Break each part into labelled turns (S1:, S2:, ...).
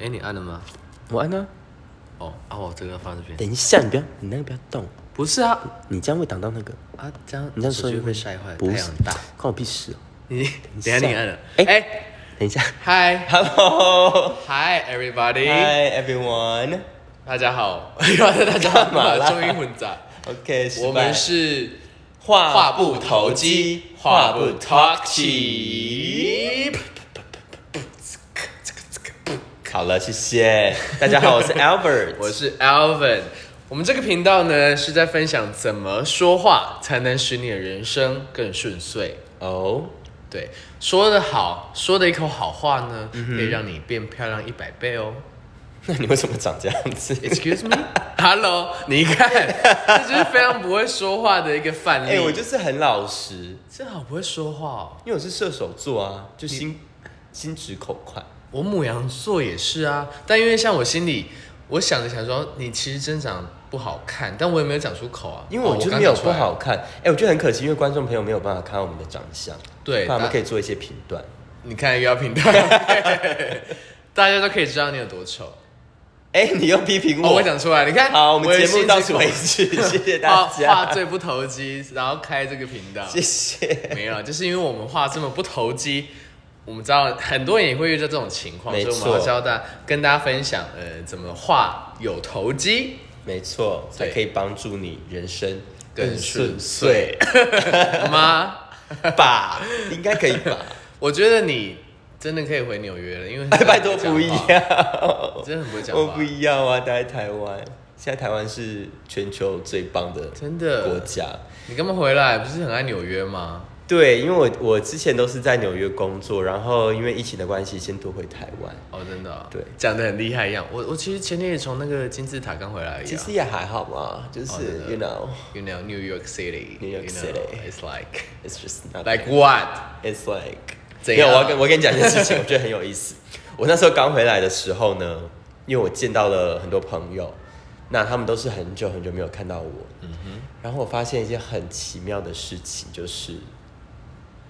S1: 哎、你按了吗？
S2: 我按啊。
S1: 哦，啊，我这个放这边。
S2: 等一下，你不要，你那个不要动，
S1: 不是啊，
S2: 你这样会挡到那个。
S1: 啊，这样
S2: 你这样
S1: 手
S2: 说
S1: 机
S2: 又
S1: 会晒坏，太
S2: 不是
S1: 阳大。，
S2: 关我屁事哦。
S1: 你等一
S2: 一下
S1: 下你按了，
S2: 哎
S1: 哎
S2: 等一 下
S1: 嗨
S2: ，Hello，Hi
S1: 嗨 everybody，
S2: everyone，OK，、
S1: 大家好，大家好
S2: 干嘛啦
S1: 中英混杂，
S2: 失败
S1: 我们是
S2: 话
S1: 话不投机，话不 talk cheap。
S2: 好了，谢谢大家好，我 是 Albert，
S1: 我是 Alvin。我们这个频道呢，是在分享怎么说话才能使你的人生更顺遂。
S2: 哦
S1: 对，说的好，说的一口好话呢，
S2: 嗯
S1: 可以让你变漂亮一百倍哦。
S2: 那你为什么长这样子？
S1: Excuse me，Hello，你看，这就是非常不会说话的一个范例。
S2: 哎、我就是很老实，
S1: 这好不会说话哦。
S2: 因为我是射手座啊，就心心直口快。
S1: 我母羊座也是啊，但因为像我心里，我想着想说，你其实真长不好看，但我也没有讲出口啊，
S2: 因为我
S1: 哦
S2: 就
S1: 刚
S2: 没有
S1: 讲出
S2: 不
S1: 来了
S2: 好看，哎、我觉得很可惜，因为观众朋友没有办法看到我们的长相，
S1: 对
S2: 不然我们
S1: 那
S2: 可以做一些评断。
S1: 你看又要评 断，大家都可以知道你有多丑。
S2: 哎、你又批评我，
S1: 哦，我讲出来，你看，
S2: 好，我们节
S1: 也是
S2: 目
S1: 一
S2: 到
S1: 只
S2: 此
S1: 狗
S2: 为止，谢谢
S1: 话
S2: 大
S1: 话
S2: 家，
S1: 最不投机，然后开这个频道，
S2: 谢谢。
S1: 没有，就是因为我们话这么不投机，我们知道很多人也会遇到这种情况，所
S2: 没
S1: 以
S2: 错
S1: 我们要教大家跟大家分享，呃，怎么话有投 机
S2: 没错，才
S1: 对
S2: 可以帮助你人生
S1: 更
S2: 更
S1: 顺
S2: 顺
S1: 遂
S2: 遂
S1: 吗？
S2: 吧，应该可以吧？
S1: 我觉得你真的可以回纽约了，因为
S2: 拜托不
S1: 一
S2: 要，
S1: 样，真的很不会讲
S2: 我
S1: 话
S2: 不，要啊！待在台湾，现在台湾是全球最棒的
S1: 真
S2: 国
S1: 的，
S2: 家。
S1: 你干嘛回来？不是很爱纽约吗？
S2: 对，因为我我之前都是在纽约工作，然后因为疫情的关系，先躲回台湾。
S1: 哦，真的、哦，
S2: 对
S1: 讲的很厉害一样。我我其实前天也从那个金字塔刚回来一
S2: 其
S1: 样。
S2: 实也还好嘛，就是、
S1: 哦真的
S2: you know
S1: You know New York City,
S2: New York
S1: you know,
S2: City.
S1: It's like
S2: it's just not
S1: like what?
S2: It's like，
S1: 怎
S2: 没
S1: 样
S2: 有，我要跟我跟你讲一件事情，我觉得很有意思。我那时候刚回来的时候呢，因为我见到了很多朋友，那他们都是很久很久没有看到我。嗯哼。然后我发现一件很奇妙的事情，就是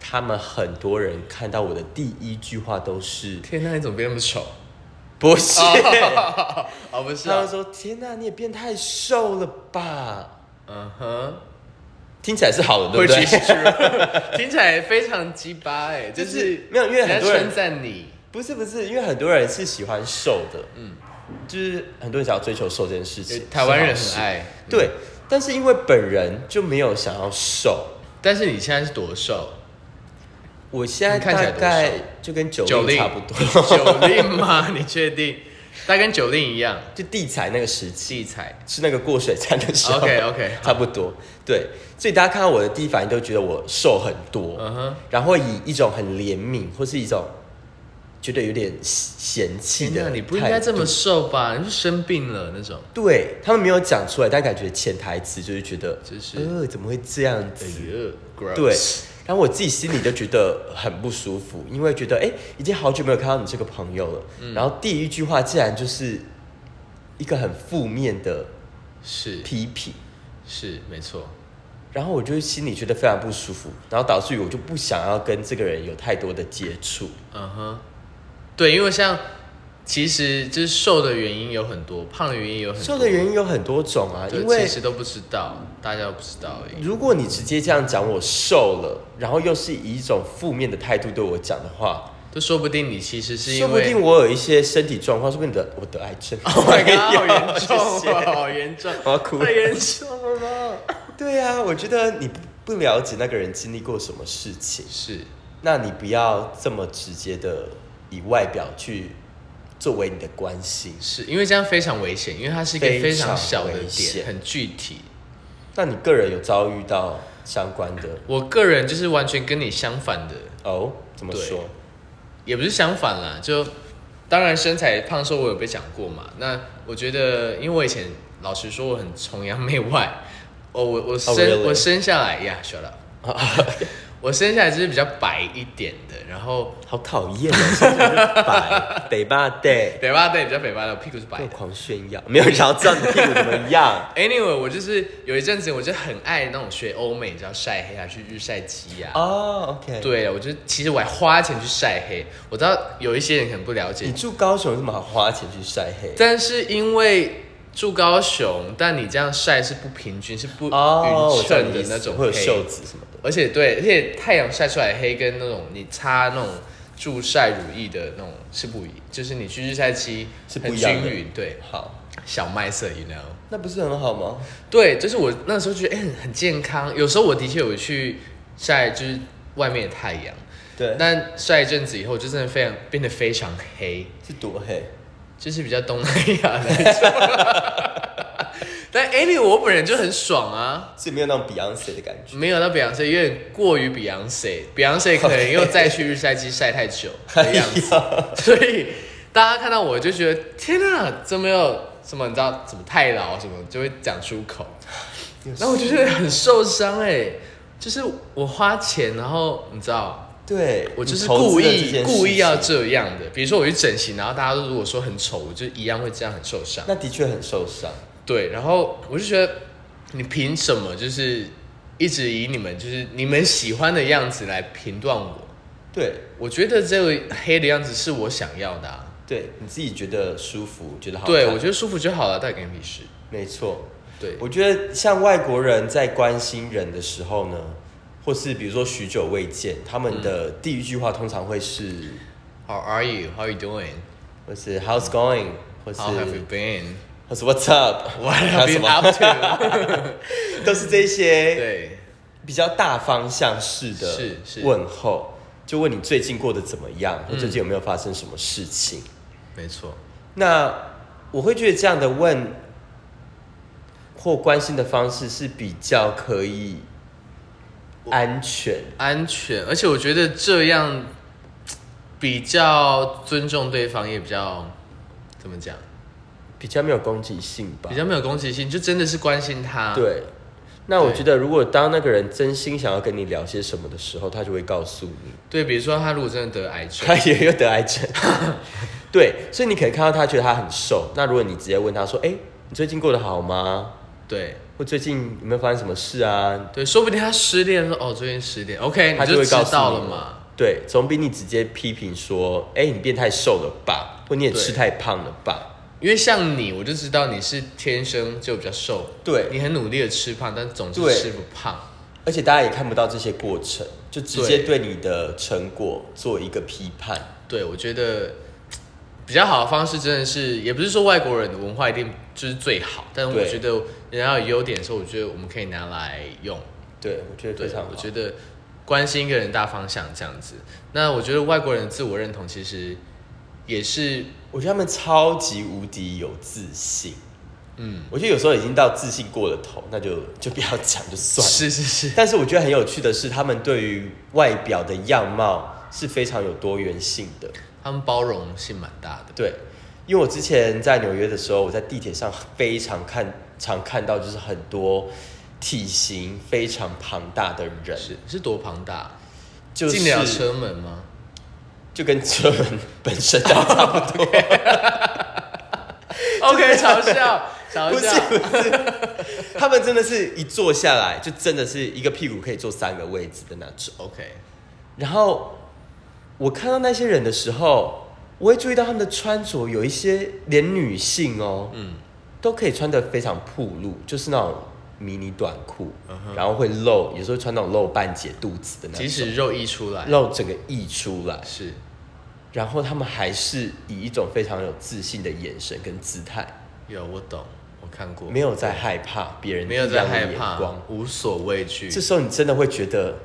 S2: 他们很多人看到我的第一句话都是
S1: 天哪，你怎么变那么丑？
S2: “不是”，
S1: 哦，不是
S2: 他
S1: 啊、
S2: 们说：“天哪，你也变太瘦了吧
S1: 嗯哼，？”
S2: 听起来是好的，
S1: 会
S2: 对不
S1: 去
S2: 对？
S1: 吃，听起来非常鸡巴哎，就
S2: 就是
S1: 是
S2: 没有因为很多人
S1: 家称赞你，
S2: 不是不是，因为很多人是喜欢瘦的，嗯，就是很多人想要追求瘦这件事情，
S1: 台湾人
S2: 是
S1: 很
S2: 好事，
S1: 爱。嗯
S2: 对，但是因为本人就没有想要瘦，
S1: 但是你现在是多瘦？
S2: 我现在
S1: 你看起来多
S2: 大概
S1: 瘦
S2: 就跟九
S1: 九
S2: 零
S1: 令
S2: 差不多，
S1: 九令吗？你确定？它跟九令一样，
S2: 就地才那个时期。
S1: 器材
S2: 吃那个过水餐的时候
S1: OK，OK，好
S2: 差不多。对，所以大家看到我的第一反应都觉得我瘦很多，
S1: 嗯哼
S2: 然后以一种很怜悯或是一种觉得有点嫌弃
S1: 天
S2: 的态
S1: 哪，
S2: 度，
S1: 你不应该这么瘦吧？你是生病了那种。
S2: 对他们没有讲出来，但感觉潜台词就是觉得，
S1: 就是
S2: 呃，怎么会这样
S1: 哎
S2: 子？
S1: 呦，gross，
S2: 对，然后我自己心里就觉得很不舒服，因为觉得哎、已经好久没有看到你这个朋友了，
S1: 嗯
S2: 然后第一句话竟然就是一个很负面的
S1: 是
S2: 批评，
S1: 是没错。
S2: 然后我就心里觉得非常不舒服，然后导致于我就不想要跟这个人有太多的接触。
S1: 嗯哼，对，因为像其实就是瘦的原因有很多，胖的原因有很多，
S2: 瘦的原因有很多种啊，
S1: 对
S2: 因为
S1: 其实都不知道，大家都不知道而已。
S2: 如果你直接这样讲我瘦了，然后又是以一种负面的态度对我讲的话，
S1: 就说不定你其实是因为，
S2: 说不 定我有一些身体状况，说不定得我得癌症。
S1: Oh my god，好严重
S2: 谢 谢
S1: 哦，好严重，
S2: 啊 我要哭了
S1: 太严重了。
S2: 对啊，我觉得你不了解那个人经历过什么事情，
S1: 是，
S2: 那你不要这么直接的以外表去作为你的关心。
S1: 是因为这样非常危险，因为它是一个非
S2: 非
S1: 常
S2: 常
S1: 小的
S2: 危
S1: 点，
S2: 险
S1: 很具体。
S2: 那你个人有遭遇到相关的
S1: 我个人就是完全跟你相反的，
S2: 哦？怎么
S1: 对
S2: 说？
S1: 也不是相反啦，就当然身材胖瘦我有被讲过嘛。那我觉得，因为我以前老实说我很崇洋媚外，哦，我我生、
S2: really？
S1: 我生下来呀，shut up，我生下来就是比较白一点的，然后
S2: 好讨厌哦，是不是 白北吧对，
S1: 北巴对比较北巴的，我屁股是白
S2: 又
S1: 的。。
S2: 狂炫耀，没有人想要知道你屁股怎么样
S1: Anyway，我 就是有一阵子我就很爱那种学欧美，你知道晒黑啊，去日晒机啊。
S2: 哦、o k，
S1: 对，我就其实我还花钱去晒黑，我知道有一些人可能不了解
S2: 你，住高雄有什么好花钱去晒黑？
S1: 但是因为住高雄，但你这样晒是不平均，是不
S2: 哦，
S1: 匀
S2: 我知道
S1: 称
S2: 你
S1: 的
S2: 意思
S1: 那种
S2: 会有
S1: 黑
S2: 袖子什么的。
S1: 而且对，而且太阳晒出来的黑跟那种你擦那种助晒乳液的那种是不一，就是你去日晒期
S2: 是
S1: 很
S2: 不一样的
S1: 均匀，对，
S2: 好，
S1: 小麦色，you know。
S2: 那不是很好吗？
S1: 对，就是我那时候觉得哎、很很健康，有时候我的确有去晒就是外面的太阳，
S2: 对，
S1: 但晒一阵子以后就真的非常变得非常黑，
S2: 是多黑。
S1: 就是比较东南亚那种。 但 anyway，我本人就很爽啊。
S2: 是没有那种 Beyonce 的感觉。
S1: 没有到比昂 e 有点过于比昂 e 比昂 e 可能又再去日晒机晒太久的样 子，
S2: 哎呀，
S1: 所以大家看到我就觉得天啊，怎么有什么你知道什么太老什么就会讲出口，然后我就觉得很受伤哎、就是我花钱，然后你知道
S2: 对
S1: 我就
S2: 你
S1: 是
S2: 投资
S1: 故
S2: 了这
S1: 意
S2: 件事
S1: 故意要
S2: 情
S1: 这样的，比如说我去整形，然后大家都如果说很丑，我就一样会这样很受伤。
S2: 那的确很受伤。
S1: 对，然后我就觉得你凭什么就是一直以你们就是你们喜欢的样子来评断我？
S2: 对
S1: 我觉得这个黑的样子是我想要的、啊，
S2: 对，你自己觉得舒服，觉得好看。
S1: 对我觉得舒服就好了，带给你是。
S2: 没错。
S1: 对，
S2: 我觉得像外国人在关心人的时候呢，或是比如说许久未见，他们的
S1: 嗯
S2: 第一句话通常会是，
S1: How are you? How are you doing?
S2: 或是 How's going，或是
S1: How have you been?
S2: 或是 What's up，What
S1: What have you up to?
S2: 都是这些
S1: 对，
S2: 比较大方向式
S1: 是
S2: 的
S1: 是嗯
S2: 问候，就问你最近过得怎么样，或最近有没有发生什么事情。
S1: 没错，
S2: 那我会觉得这样的问或关心的方式是比较可以安全。
S1: 安全，而且我觉得这样比较尊重对方，也比较怎么讲，
S2: 比较没有攻击性吧
S1: 比。较没有攻击性，就真的是关心他。
S2: 对。那我
S1: 对
S2: 觉得，如果当那个人真心想要跟你聊些什么的时候，他就会告诉你。
S1: 对，比如说他如果真的得癌症，
S2: 他也有得癌症， 对，所以你可能看到他觉得他很瘦。那如果你直接问他说：“哎、你最近过得好吗？
S1: 对
S2: 或最近有没有发生什么事啊
S1: 对，说不定他失恋说哦，最近失恋，OK，
S2: 他
S1: 你
S2: 就会
S1: 知
S2: 告诉
S1: 道
S2: 你
S1: 了嘛。？”
S2: 对，总比你直接批评说：“哎、你变太瘦了吧？”或“你也
S1: 对
S2: 吃太胖了吧
S1: 因为像你，我就知道你是天生就比较瘦，
S2: 对
S1: 你很努力的吃胖，但总是
S2: 对
S1: 吃不胖。？”
S2: 而且大家也看不到这些过程，就直接对你的成果做一个批判。
S1: 对，我觉得比较好的方式真的是，也不是说外国人的文化一定就是最好，但是我
S2: 对
S1: 觉得人家有优点的时候，我觉得我们可以拿来用。
S2: 对，我觉得
S1: 对
S2: 非常，好。
S1: 我觉得关心一个人大方向这样子。那我觉得外国人的自我认同其实也是
S2: 我觉得他们超级无敌有自信。
S1: 嗯，
S2: 我觉得有时候已经到自信过了头，那就就不要讲，就算了。
S1: 是是是，
S2: 但是我觉得很有趣的是，他们对于外表的样貌是非常有多元性的。
S1: 他们包容性蛮大的。
S2: 对，因为我之前在纽约的时候，我在地铁上非常看常看到，就是很多体型非常庞大的人，
S1: 是是多庞大？
S2: 就
S1: 进得了
S2: 是
S1: 车门吗？
S2: 就跟车门本身长得差 不多。
S1: OK，嘲笑嘲
S2: 不是
S1: 笑，
S2: 不是，他们真的是一坐下来就真的是一个屁股可以坐三个位置的那种。
S1: OK，
S2: 然后我看到那些人的时候，我会注意到他们的穿着有一些连女性哦，
S1: 嗯
S2: 都可以穿得非常暴露，就是那种迷你短裤
S1: 嗯哼
S2: 然后会露，有时候穿那种露半截肚子的那
S1: 即
S2: 种，
S1: 使肉溢出来，
S2: 露整个溢出来。
S1: 是
S2: 然后他们还是以一种非常有自信的眼神跟姿态，
S1: 有我懂，我看过，
S2: 没有在害怕别人
S1: 没有在害
S2: 异样的眼
S1: 怕
S2: 光。，
S1: 无所畏惧
S2: 这。时候你真的会觉得，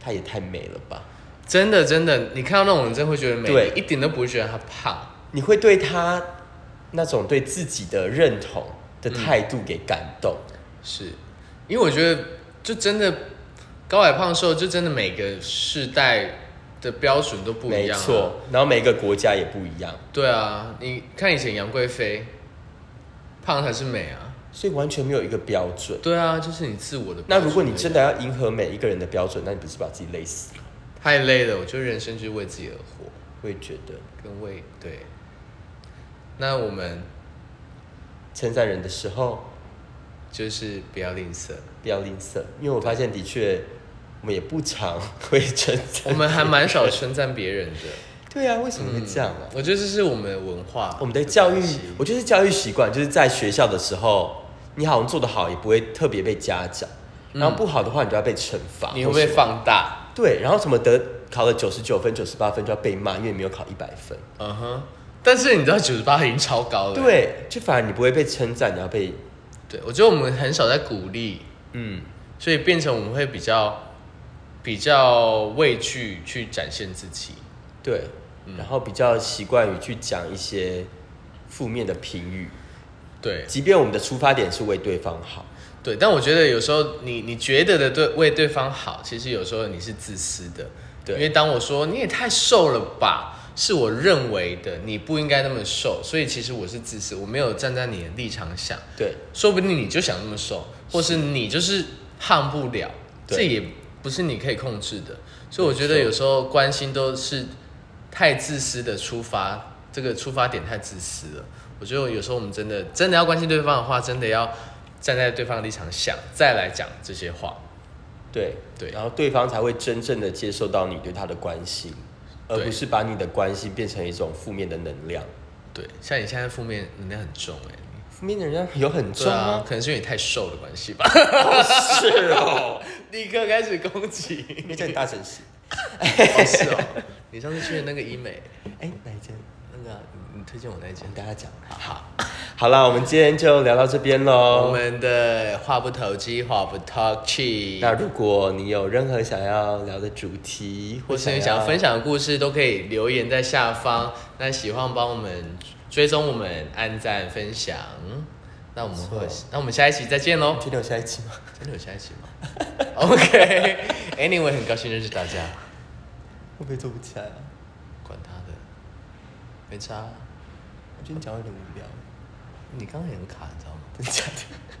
S2: 她也太美了吧？
S1: 真的真的，你看到那种人真会觉得美，
S2: 对
S1: 你一点都不会觉得他胖。
S2: 你会对她那种对自己的认同的态度给感动。
S1: 是，因为我觉得就真的高矮胖瘦，就真的每个世代的标准都不一
S2: 没
S1: 样、啊。
S2: 错，，然后每个国家也不一样。
S1: 对啊，你看以前杨贵妃，胖才是美啊。
S2: 所以完全没有一个标准。
S1: 对啊，就是你自我的标准而
S2: 那
S1: 已。
S2: 如果你真的要迎合每一个人的标准，那你不是把自己累死？
S1: 太累了，我觉得人生就是为自己而活，
S2: 我也觉得
S1: 跟为对。那我们
S2: 称赞人的时候
S1: 就是不要吝啬，
S2: 不要吝啬，因为我发现的确我们也不常会称赞。
S1: 我们还蛮少称赞别人的。
S2: 对啊，为什么会这样啊？
S1: 我觉得这是我们的文化，
S2: 我们的教育
S1: 关系，
S2: 我觉得是教育习惯，就是在学校的时候，你好像做得好，也不会特别被嘉奖。然后不好的嗯话，你就要被惩罚。
S1: 你会不会
S2: 或是
S1: 放大？
S2: 对，然后什么得考了九十九分、九十八分就要被骂，因为你没有考一百分。
S1: 嗯哼。但是你知道九十八已经超高了。
S2: 对，就反而你不会被称赞，你要被
S1: 对，我觉得我们很少在鼓励，
S2: 嗯，
S1: 所以变成我们会比较比较畏惧去展现自己。
S2: 对，然后比较习惯于去讲一些负面的评语，
S1: 对
S2: 即便我们的出发点是为对方好，
S1: 对，但我觉得有时候你你觉得的对为对方好，其实有时候你是自私的。
S2: 对
S1: 因为当我说你也太瘦了吧，是我认为的，你不应该那么瘦，所以其实我是自私，我没有站在你的立场想，
S2: 对，
S1: 说不定你就想那么瘦，或是你就是胖不了，
S2: 对
S1: 这也不是你可以控制的。所以我觉得有时候关心都是太自私的出发，这个出发点太自私了。我觉得有时候我们真的真的要关心对方的话，真的要站在对方的立场想，再来讲这些话。
S2: 对
S1: 对
S2: 然后对方才会真正的接受到你对他的关心，而
S1: 对
S2: 不是把你的关心变成一种负面的能量。
S1: 对，像你现在负面能量很重哎、
S2: 负面的能量有很重
S1: 对啊
S2: 吗？，
S1: 可能是因为你太瘦的关系吧。
S2: 啊 是哦，
S1: 立刻开始攻击。
S2: 因为在大城市。
S1: 哦是哦， 你上次去的那个医美，
S2: 哎，哪一间？
S1: 那个啊你你推荐我那一
S2: 我
S1: 间
S2: 们。大家讲。
S1: 好。
S2: 好啦，我们今天就聊到这边
S1: 我
S2: 喽。
S1: 们的话不投机，话不 talk
S2: 那
S1: cheap，
S2: 如果你有任何想要聊的主题，
S1: 或是你想要分享的故事，都可以留言在下方。那喜欢帮我们追踪我们，按赞分享。那我们会
S2: 没错，
S1: 那我们下一期再见喽
S2: 享，！确定有下一期吗？
S1: 真的有下一 期吗？OK，Anyway，、很高兴认识大家。
S2: 会不会做不起来啊？
S1: 管他的，没差。啊
S2: 我觉得你讲话有点无聊，
S1: 你刚刚也很卡，你知道吗？
S2: 真的假的？